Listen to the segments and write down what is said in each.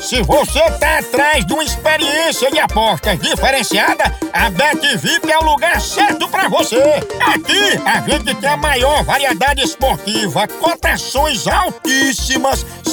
Se você tá atrás de uma experiência de apostas diferenciada, a BetVip é o lugar certo pra você. Aqui a gente tem a maior variedade esportiva, cotações altíssimas,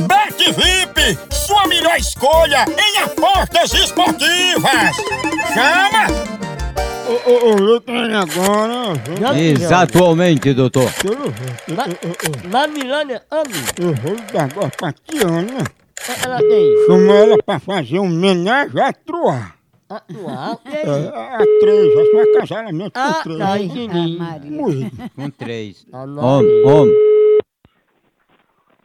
Bet VIP, sua melhor escolha em apostas esportivas. Chama! Ô, ô, ô, eu tenho agora. Já que Exatamente, doutor. Eu, Ma- Mas Milânia ama. eu vou dar agora pra Tiana. Ela tem Chama ela pra fazer um homenagem à Troa. atual. É, a três, a sua casamento é com né? Ah, três. tá, entendi. Morri. Com três. Alô? Homem, homem.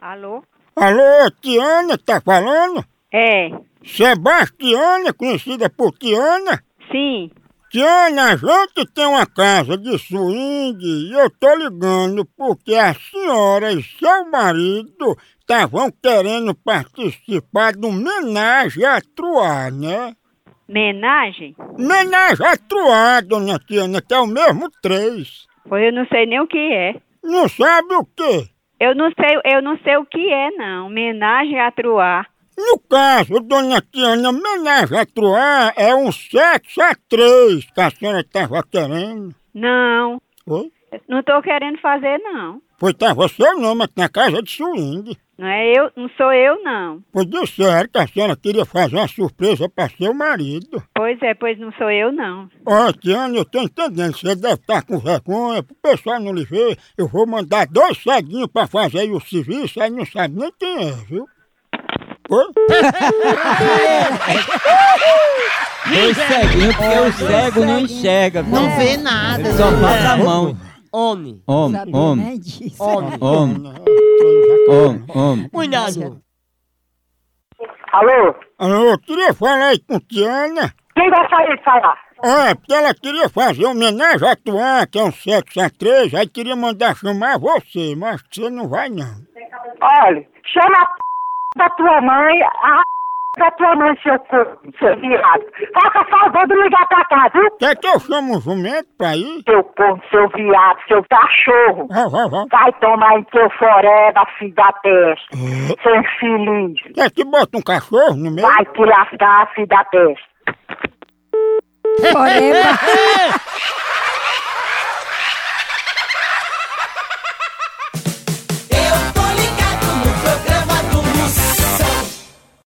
Alô? Alô, Tiana, tá falando? É, Sebastiana, conhecida por Tiana. sim. Tiana, a gente tem uma casa de swing e eu tô ligando porque a senhora e seu marido estavam querendo participar de um homenagem a Troar, né? Menagem? Homenagem a Troar, dona Tiana, que é o mesmo três. Pois eu não sei nem o que é. Não sabe o quê? Eu não sei, eu não sei o que é, não. Menagem a truar. No caso, dona Tiana, homenagem a Troar é um sexo a três que a senhora estava querendo. Não, Oi? não tô querendo fazer, não. Pois tava seu nome aqui na casa de swing. Não é eu, não sou eu, não. Pois disseram que a senhora queria fazer uma surpresa para seu marido. Pois é, pois não sou eu, não. Ó, Tiana, eu tô entendendo, você deve estar com vergonha, pro pessoal não lhe ver, eu vou mandar dois ceguinhos pra fazer aí o serviço, aí não sabe nem quem é, viu? Oi? Dois ceguinhos, porque o cego não enxerga. Não vê nada. Ele só passa a mão. né? Homem. Homem, homem, Homem. homem, tá homem, homem. Cuidado. Alô? Alô, eu queria falar aí com Tiana. Quem vai sair de falar? É, porque ela queria fazer homenagem a Tuan, que é um sexo a três, aí queria mandar chamar você, mas acho que você não vai não. Olha, chama a p... da tua mãe, a da tua mãe, seu, cu, seu viado. Faça favor de ligar pra cá, viu? Quer que eu chame um jumento pra ir? Seu povo, seu viado, seu cachorro. Vai, vai, vai. Vai tomar em teu foreba, filho da peste. Seu infeliz. Quer que bota um cachorro no meio? Vai te lascar, filho da peste. Porém,